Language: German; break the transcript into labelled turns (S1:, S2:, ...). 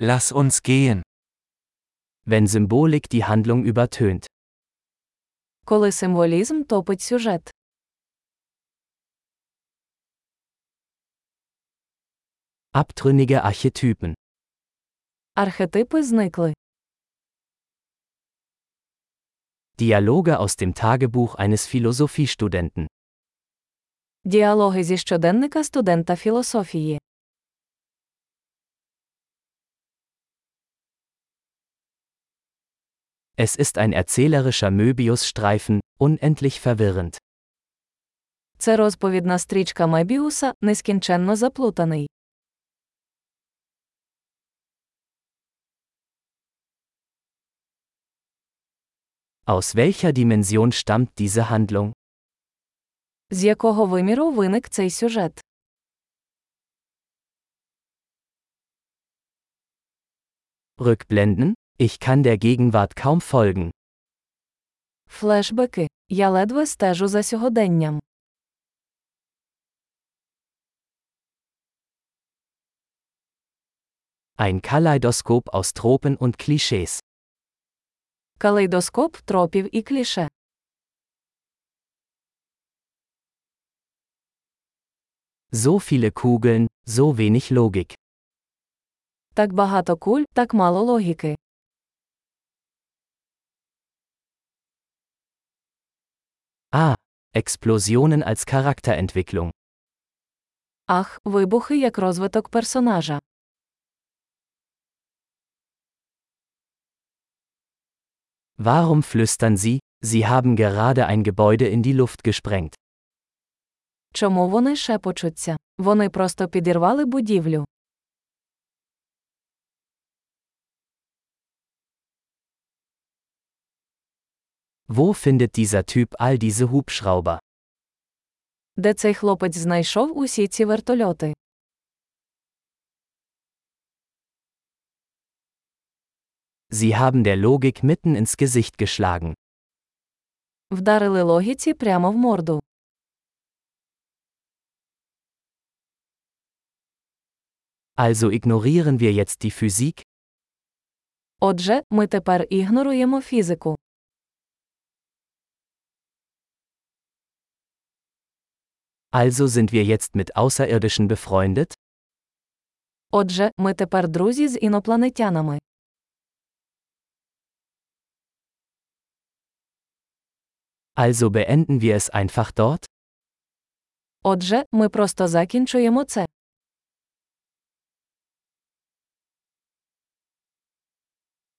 S1: Lass uns gehen. Wenn Symbolik die Handlung übertönt.
S2: Коли символізм топить сюжет.
S1: Abtrünnige Archetypen.
S2: Архетипи зникли.
S1: Dialoge aus dem Tagebuch eines Philosophiestudenten.
S2: Діалоги зі щоденника студента філософії.
S1: Es ist ein erzählerischer Möbiusstreifen, unendlich verwirrend.
S2: Це розповідна стрічка Мебіуса, нескінченно заплутаний.
S1: Aus welcher Dimension stammt diese Handlung?
S2: З якого виміру виник цей сюжет?
S1: Rückblenden? Ich kann der Gegenwart kaum folgen.
S2: Флешбеки. Я ледве стежу за сьогоденням.
S1: Ein Kaleidoskop aus Tropen und Klischees.
S2: Калейдоскоп тропів і кліше.
S1: So viele Kugeln, so wenig Logik.
S2: Так багато куль, так мало логіки.
S1: Ah, Explosionen als Charakterentwicklung.
S2: Ах, вибухи як розвиток персонажа.
S1: Warum flüstern Sie, Sie haben gerade ein Gebäude in die Luft gesprengt?
S2: Чому вони шепочуться? Вони просто підірвали будівлю.
S1: Wo findet dieser Typ all diese Hubschrauber?
S2: Де цей хлопець знайшов усі ці вертольоти?
S1: Sie haben der Logik mitten ins Gesicht geschlagen.
S2: Вдарили логіці прямо в морду.
S1: Also ignorieren wir jetzt die Physik?
S2: Отже, ми тепер ігноруємо фізику.
S1: Also sind wir jetzt mit Außerirdischen befreundet?
S2: Отже, ми тепер друзі з інопланетянами.
S1: Also beenden wir es einfach dort?
S2: Отже, ми просто закінчуємо це.